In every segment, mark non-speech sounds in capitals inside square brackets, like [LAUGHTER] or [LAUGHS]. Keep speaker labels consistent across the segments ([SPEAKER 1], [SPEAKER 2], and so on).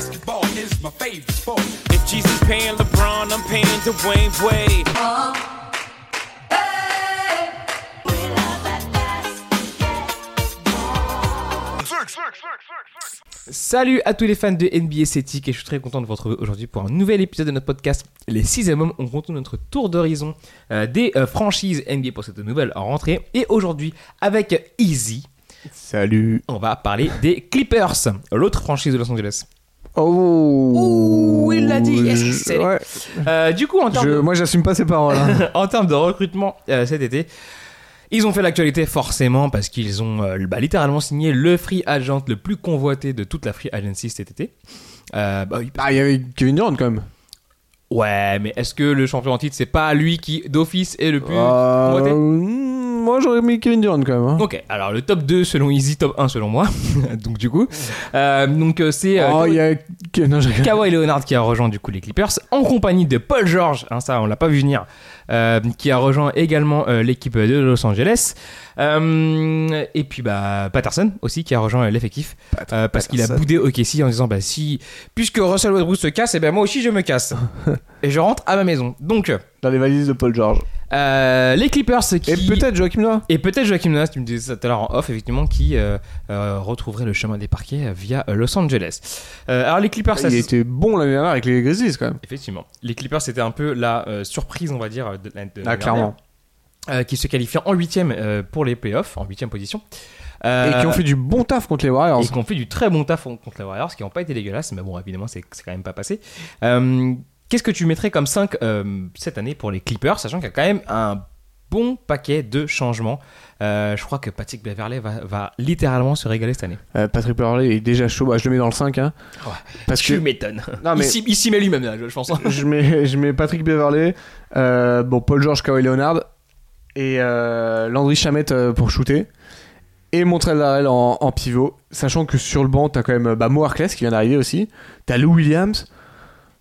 [SPEAKER 1] Winning is my favorite sport. If Jesus paying LeBron, I'm paying Dwayne Wade.
[SPEAKER 2] Salut à tous les fans de NBA Celtic et je suis très content de vous retrouver aujourd'hui pour un nouvel épisode de notre podcast Les 6 hommes. On continue notre tour d'horizon euh, des euh, franchises NBA pour cette nouvelle rentrée. Et aujourd'hui, avec Easy,
[SPEAKER 3] Salut.
[SPEAKER 2] on va parler des Clippers, l'autre franchise de Los Angeles.
[SPEAKER 3] Oh.
[SPEAKER 2] Ouh, il l'a dit, yes,
[SPEAKER 3] Je-
[SPEAKER 2] c'est-
[SPEAKER 3] ouais.
[SPEAKER 2] Euh, du coup, en termes
[SPEAKER 3] Je-
[SPEAKER 2] de-
[SPEAKER 3] moi, j'assume pas ces paroles. hein.
[SPEAKER 2] en termes de recrutement euh, cet été. Ils ont fait l'actualité forcément parce qu'ils ont euh, bah, littéralement signé le free agent le plus convoité de toute la free agency cet été. Euh, bah oui,
[SPEAKER 3] Ah, il y avait Kevin Durant quand même.
[SPEAKER 2] ouais, mais est-ce que le champion en titre c'est pas lui qui d'office est le plus
[SPEAKER 3] Euh,
[SPEAKER 2] convoité
[SPEAKER 3] mm, moi, j'aurais mis Kevin Durant quand même. hein.
[SPEAKER 2] Ok, alors le top 2 selon Easy, top 1 selon moi. [LAUGHS] donc du coup, euh, donc euh, c'est euh,
[SPEAKER 3] Oh, il y a. que- Non, je rigole.
[SPEAKER 2] Kawhi Leonard qui a rejoint du coup les Clippers en compagnie de Paul George, hein, ça on l'a pas vu venir, euh, qui a rejoint également euh, l'équipe de Los Angeles. Euh, et puis bah Patterson aussi qui a rejoint euh, l'effectif euh, parce qu'il a
[SPEAKER 3] Patterson.
[SPEAKER 2] boudé OKC en disant bah si puisque Russell Westbrook se casse et ben moi aussi je me
[SPEAKER 3] [LAUGHS]
[SPEAKER 2] casse et je rentre à ma maison. Donc
[SPEAKER 3] Dans les valises de Paul George.
[SPEAKER 2] euh, les Clippers qui
[SPEAKER 3] Et peut-être Joachim Noah.
[SPEAKER 2] et peut-être Joachim Noah, tu me disais ça tout à l'heure en off, effectivement, qui euh, euh, retrouverait le chemin des parquets euh, via euh, Los Angeles. Euh, alors les Clippers, ça,
[SPEAKER 3] Il était bon l'année dernière avec les Grizzlies quand même.
[SPEAKER 2] Effectivement. Les Clippers, c'était un peu la euh, surprise, on va dire, de l'année de
[SPEAKER 3] Ah,
[SPEAKER 2] l'année
[SPEAKER 3] clairement.
[SPEAKER 2] dernière, euh, qui se qualifiant en huitième euh, pour les playoffs, en huitième position.
[SPEAKER 3] Et
[SPEAKER 2] Euh,
[SPEAKER 3] qui ont fait du bon taf contre les Warriors.
[SPEAKER 2] et qui ont fait du très bon taf contre les Warriors, qui n'ont pas été dégueulasses, mais bon, évidemment, c'est c'est quand même pas passé. Euh, Qu'est-ce que tu mettrais comme 5 cette année pour les Clippers, sachant qu'il y a quand même un bon paquet de changements. Euh, je crois que Patrick Beverley va, va littéralement se régaler cette année.
[SPEAKER 3] Euh, Patrick Beverley est déjà chaud. Bah, je le mets dans le 5. Hein,
[SPEAKER 2] Ouais.
[SPEAKER 3] Parce
[SPEAKER 2] Tu
[SPEAKER 3] que
[SPEAKER 2] m'étonnes.
[SPEAKER 3] Non, mais-
[SPEAKER 2] Il s'y- Il s'y met lui-même, là, je je pense. hein.
[SPEAKER 3] [LAUGHS] je mets, je mets Patrick Beverley, euh, bon, Paul George, Kawhi Leonard et euh, Landry Chamette euh, pour shooter. Et Montrell Darrell en, en pivot. Sachant que sur le banc, t'as quand même euh, bah, Mo Harkless qui vient d'arriver aussi. T'as Lou Williams.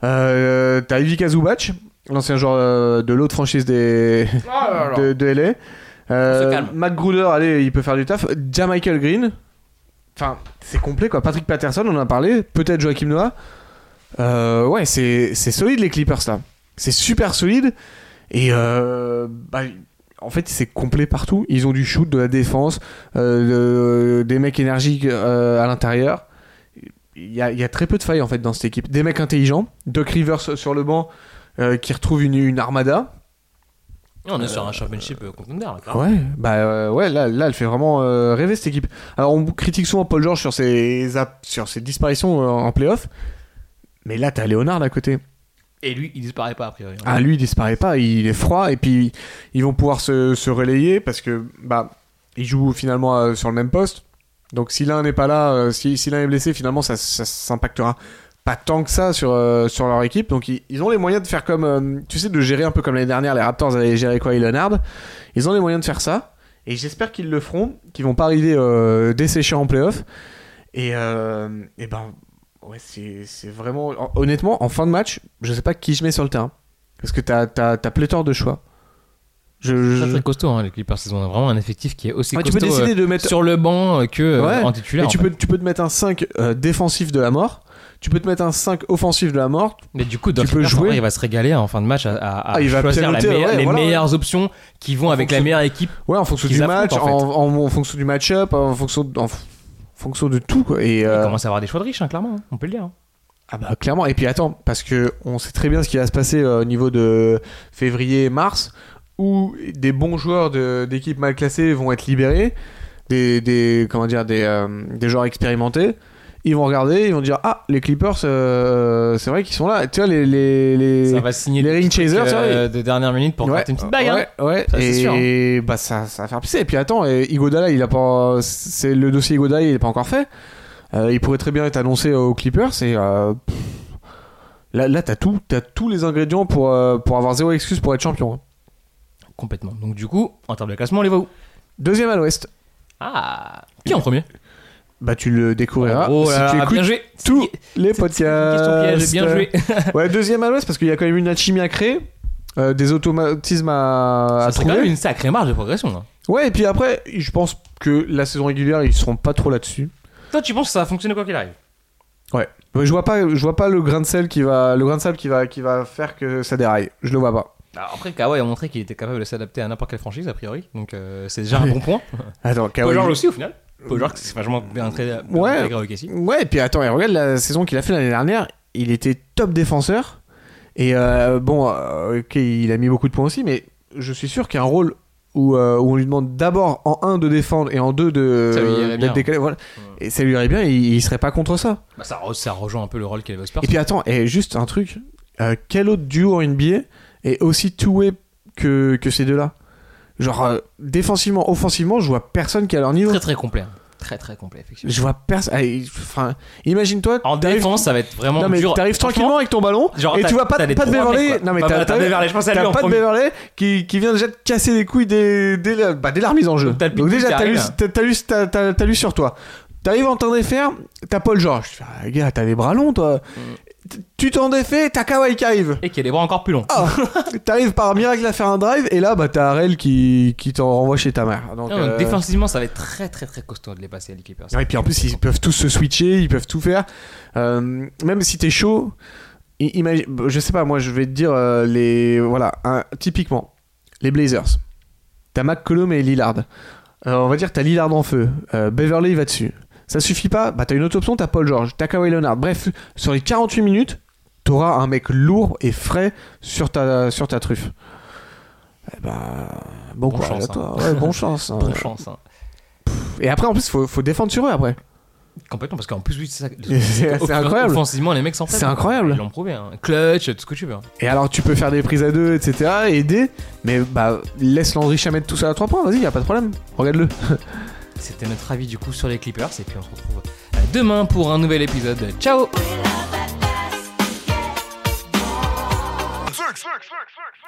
[SPEAKER 3] Euh, t'as Ivica Zubac, l'ancien joueur euh, de l'autre franchise des,
[SPEAKER 2] Ah
[SPEAKER 3] de, de LA.
[SPEAKER 2] On se
[SPEAKER 3] Euh,
[SPEAKER 2] calme.
[SPEAKER 3] Matt Gruder, allez, il peut faire du taf. Ja Michael Green. Enfin, c'est complet quoi. Patrick Patterson, on en a parlé. Peut-être Joachim Noah. Euh, ouais, c'est c'est solide les Clippers là. C'est super solide. Et euh, bah, en fait, c'est complet partout. Ils ont du shoot, de la défense, euh, de- des mecs énergiques euh, à l'intérieur. Il y, a, il y a très peu de failles en fait dans cette équipe. Des mecs intelligents. Doc Rivers sur le banc euh, qui retrouve une, une armada.
[SPEAKER 2] On est sur un championship euh, contender, là, clairement.
[SPEAKER 3] Ouais, bah euh, ouais, là, là, elle fait vraiment euh, rêver cette équipe. Alors on critique souvent Paul George sur ses, ap- sur ses disparitions euh, en playoff, mais là t'as Léonard à côté.
[SPEAKER 2] Et lui, il disparaît pas a priori. hein.
[SPEAKER 3] Ah lui il disparaît pas, il est froid et puis ils vont pouvoir se, se relayer parce que bah ils jouent finalement euh, sur le même poste. Donc si l'un n'est pas là, euh, si, si l'un est blessé, finalement ça, ça s'impactera pas tant que ça sur, euh, sur leur équipe. Donc ils, ils ont les moyens de faire comme, euh, tu sais, de gérer un peu comme l'année dernière, les Raptors avaient géré quoi, et Leonard. Ils ont les moyens de faire ça et j'espère qu'ils le feront, qu'ils vont pas arriver euh, desséchés en playoff. Et, euh, et ben ouais, c'est c'est vraiment hon- honnêtement en fin de match, je sais pas qui je mets sur le terrain. Parce que t'as as, pléthore de choix. Je, je-
[SPEAKER 2] Très, très costaud, hein, les Clippers. Ils ont vraiment un effectif qui est aussi
[SPEAKER 3] Ouais, tu
[SPEAKER 2] costaud
[SPEAKER 3] peux décider de
[SPEAKER 2] euh,
[SPEAKER 3] mettre
[SPEAKER 2] sur le banc euh, que euh,
[SPEAKER 3] Ouais.
[SPEAKER 2] en
[SPEAKER 3] et
[SPEAKER 2] titulaire.
[SPEAKER 3] tu
[SPEAKER 2] en fait.
[SPEAKER 3] peux tu peux te mettre un 5 euh, défensif de la mort, tu peux te mettre un 5 offensif de la mort.
[SPEAKER 2] Mais du coup, dans
[SPEAKER 3] tu
[SPEAKER 2] le
[SPEAKER 3] peux
[SPEAKER 2] Clippers, en
[SPEAKER 3] jouer.
[SPEAKER 2] vrai, il va se régaler hein, en fin de match à, à- à
[SPEAKER 3] Ah, il va
[SPEAKER 2] choisir la
[SPEAKER 3] pianoter,
[SPEAKER 2] meilleure-
[SPEAKER 3] ouais,
[SPEAKER 2] les
[SPEAKER 3] voilà.
[SPEAKER 2] meilleures options qui vont avec la
[SPEAKER 3] fonction-
[SPEAKER 2] meilleure équipe.
[SPEAKER 3] Ouais, en fonction
[SPEAKER 2] Qu'ils
[SPEAKER 3] du match,
[SPEAKER 2] affrontent,
[SPEAKER 3] en,
[SPEAKER 2] en fait.
[SPEAKER 3] en- en fonction du match-up, en fonction de- en f- fonction de tout quoi. Et,
[SPEAKER 2] Il
[SPEAKER 3] euh,
[SPEAKER 2] commence à avoir des choix de riches, hein, clairement. hein. On peut le dire. hein.
[SPEAKER 3] Ah bah clairement. Et puis attends, parce que on sait très bien ce qui va se passer euh, au niveau de février et mars, où des bons joueurs de- d'équipes mal classées vont être libérés, des, des comment dire, des, euh, des joueurs expérimentés. Ils vont regarder, ils vont dire ah les Clippers, euh, c'est vrai qu'ils sont là. Tu vois les les les,
[SPEAKER 2] ça va signer
[SPEAKER 3] les ring chasers,
[SPEAKER 2] euh,
[SPEAKER 3] ça, oui.
[SPEAKER 2] de dernière minute pour
[SPEAKER 3] Ouais,
[SPEAKER 2] gratter une petite bague. hein.
[SPEAKER 3] ouais, ouais.
[SPEAKER 2] Ça, c'est sûr, hein.
[SPEAKER 3] et bah ça, ça va faire pisser. Et puis attends, et Igodala, il a pas, c'est le dossier Igodala, il est pas encore fait. Euh, il pourrait très bien être annoncé aux Clippers. Et euh, pff, là, là, t'as tout, t'as tous les ingrédients pour euh, pour avoir zéro excuse pour être champion.
[SPEAKER 2] Complètement. Donc du coup, en termes de classement, on les va où
[SPEAKER 3] Deuxième à l'Ouest.
[SPEAKER 2] Ah Qui est en premier
[SPEAKER 3] Bah tu le découvriras
[SPEAKER 2] Oh
[SPEAKER 3] si
[SPEAKER 2] là
[SPEAKER 3] tu
[SPEAKER 2] là,
[SPEAKER 3] écoutes
[SPEAKER 2] bien joué
[SPEAKER 3] tous les
[SPEAKER 2] C'est- c'est une
[SPEAKER 3] podcasts.
[SPEAKER 2] question piège, bien joué. [LAUGHS]
[SPEAKER 3] ouais, deuxième à l'Ouest parce qu'il y a quand même une alchimie à créer, euh, des automatismes à, à
[SPEAKER 2] Ça serait
[SPEAKER 3] trouver.
[SPEAKER 2] quand même une sacrée marge de progression. hein.
[SPEAKER 3] Ouais, et puis après, je pense que la saison régulière, ils seront pas trop là-dessus.
[SPEAKER 2] Toi, tu penses que ça va fonctionner quoi qu'il arrive
[SPEAKER 3] Ouais. Ouais, Je vois pas, je vois pas le grain de sel qui va, le grain de sable qui va, qui va faire que ça déraille. Je le vois pas.
[SPEAKER 2] Alors Bah, après, Kawhi a montré qu'il était capable de s'adapter à n'importe quelle franchise, a priori. Donc euh, c'est déjà un bon point.
[SPEAKER 3] Attends, Kawhi-
[SPEAKER 2] Paul George aussi, au final. Paul George, c'est vachement bien intégré
[SPEAKER 3] Ouais.
[SPEAKER 2] intégré au OKC.
[SPEAKER 3] Ouais, et puis attends, et regarde la saison qu'il a fait l'année dernière. Il était top défenseur. Et euh, bon, euh, ok, il a mis beaucoup de points aussi, mais je suis sûr qu'il y a un rôle où, euh, où on lui demande d'abord en 1 de défendre et en 2 de
[SPEAKER 2] Ça lui irait
[SPEAKER 3] d'être
[SPEAKER 2] bien.
[SPEAKER 3] décalé. Voilà. Et ça lui irait bien, il, il serait pas contre ça.
[SPEAKER 2] Bah, ça, re- ça rejoint un peu le rôle qu'elle veut se faire.
[SPEAKER 3] Et puis attends, et juste un truc, euh, quel autre duo en NBA est aussi two-way que, que ces deux-là Genre, euh, défensivement, offensivement, je vois personne qui est à leur niveau.
[SPEAKER 2] Très très complet. hein. Très très complet, effectivement.
[SPEAKER 3] Je vois personne. Enfin, imagine-toi.
[SPEAKER 2] En
[SPEAKER 3] t'arrives-
[SPEAKER 2] défense, ça va être vraiment
[SPEAKER 3] Non mais
[SPEAKER 2] dur.
[SPEAKER 3] t'arrives
[SPEAKER 2] Franchement,
[SPEAKER 3] tranquillement avec ton ballon
[SPEAKER 2] genre,
[SPEAKER 3] et
[SPEAKER 2] t'as-
[SPEAKER 3] tu vois pas,
[SPEAKER 2] t'as
[SPEAKER 3] pas
[SPEAKER 2] les
[SPEAKER 3] de
[SPEAKER 2] trois
[SPEAKER 3] Beverley.
[SPEAKER 2] mecs, quoi.
[SPEAKER 3] non mais
[SPEAKER 2] Bah,
[SPEAKER 3] t'as
[SPEAKER 2] bah, t'as
[SPEAKER 3] t'as-
[SPEAKER 2] Beverley, je pense à lui
[SPEAKER 3] t'as
[SPEAKER 2] en
[SPEAKER 3] pas de
[SPEAKER 2] premier.
[SPEAKER 3] Beverley qui, qui vient déjà te casser les couilles dès, dès, la, bah, dès la remise en jeu.
[SPEAKER 2] Donc, t'as le
[SPEAKER 3] Donc
[SPEAKER 2] pic
[SPEAKER 3] déjà
[SPEAKER 2] qui
[SPEAKER 3] t'as
[SPEAKER 2] arrive.
[SPEAKER 3] lu, t'as- t'as lu- t'as- t'as- t'as lu sur toi. T'arrives en t'en défaire, t'as Paul George. Tu fais, ah, gars, t'as les bras longs toi.
[SPEAKER 2] Mm.
[SPEAKER 3] T- Tu t'en défais, t'as Kawhi qui arrive.
[SPEAKER 2] Et qui a les bras encore plus longs.
[SPEAKER 3] Ah, t'arrives par miracle à faire un drive et là bah t'as Arel qui, qui t'en renvoie chez ta mère. Donc,
[SPEAKER 2] Non, donc,
[SPEAKER 3] euh,
[SPEAKER 2] Défensivement, ça va être très très très costaud de les passer les Clippers.
[SPEAKER 3] Ouais, et puis en plus, ils peuvent tous se switcher, ils peuvent tout faire. Euh, même si t'es chaud, i- imagine, bon, je sais pas, moi je vais te dire euh, les. Voilà, un- typiquement, les Blazers. T'as McCollum et Lillard. Euh, on va dire, t'as Lillard en feu. Euh, Beverly il va dessus. Ça suffit pas, bah t'as une autre option, t'as Paul George, t'as Kawhi Leonard. Bref, sur les 48 minutes, t'auras un mec lourd et frais sur ta, sur ta truffe. Eh ben, bon,
[SPEAKER 2] Bonne
[SPEAKER 3] courage
[SPEAKER 2] chance,
[SPEAKER 3] à toi. Ouais, bonne chance.
[SPEAKER 2] [LAUGHS]
[SPEAKER 3] hein.
[SPEAKER 2] Bonne chance. hein.
[SPEAKER 3] Et après, en plus, faut, faut défendre sur eux après.
[SPEAKER 2] Complètement, parce qu'en plus, oui, c'est ça.
[SPEAKER 3] [LAUGHS] C'est c'est
[SPEAKER 2] Off-
[SPEAKER 3] incroyable.
[SPEAKER 2] Offensivement, les mecs s'en
[SPEAKER 3] C'est incroyable.
[SPEAKER 2] Ils l'ont prouvé. hein. Clutch, tout ce que tu veux. hein.
[SPEAKER 3] Et alors tu peux faire des prises à deux, etc. et aider, mais bah laisse Landry Chamet tout seul à 3 points, vas-y, y a pas de problème. Regarde-le.
[SPEAKER 2] C'était notre avis du coup sur les Clippers. Et puis on se retrouve euh, demain pour un nouvel épisode. Ciao
[SPEAKER 4] Zerk, zerk, zerk, zerk, zerk.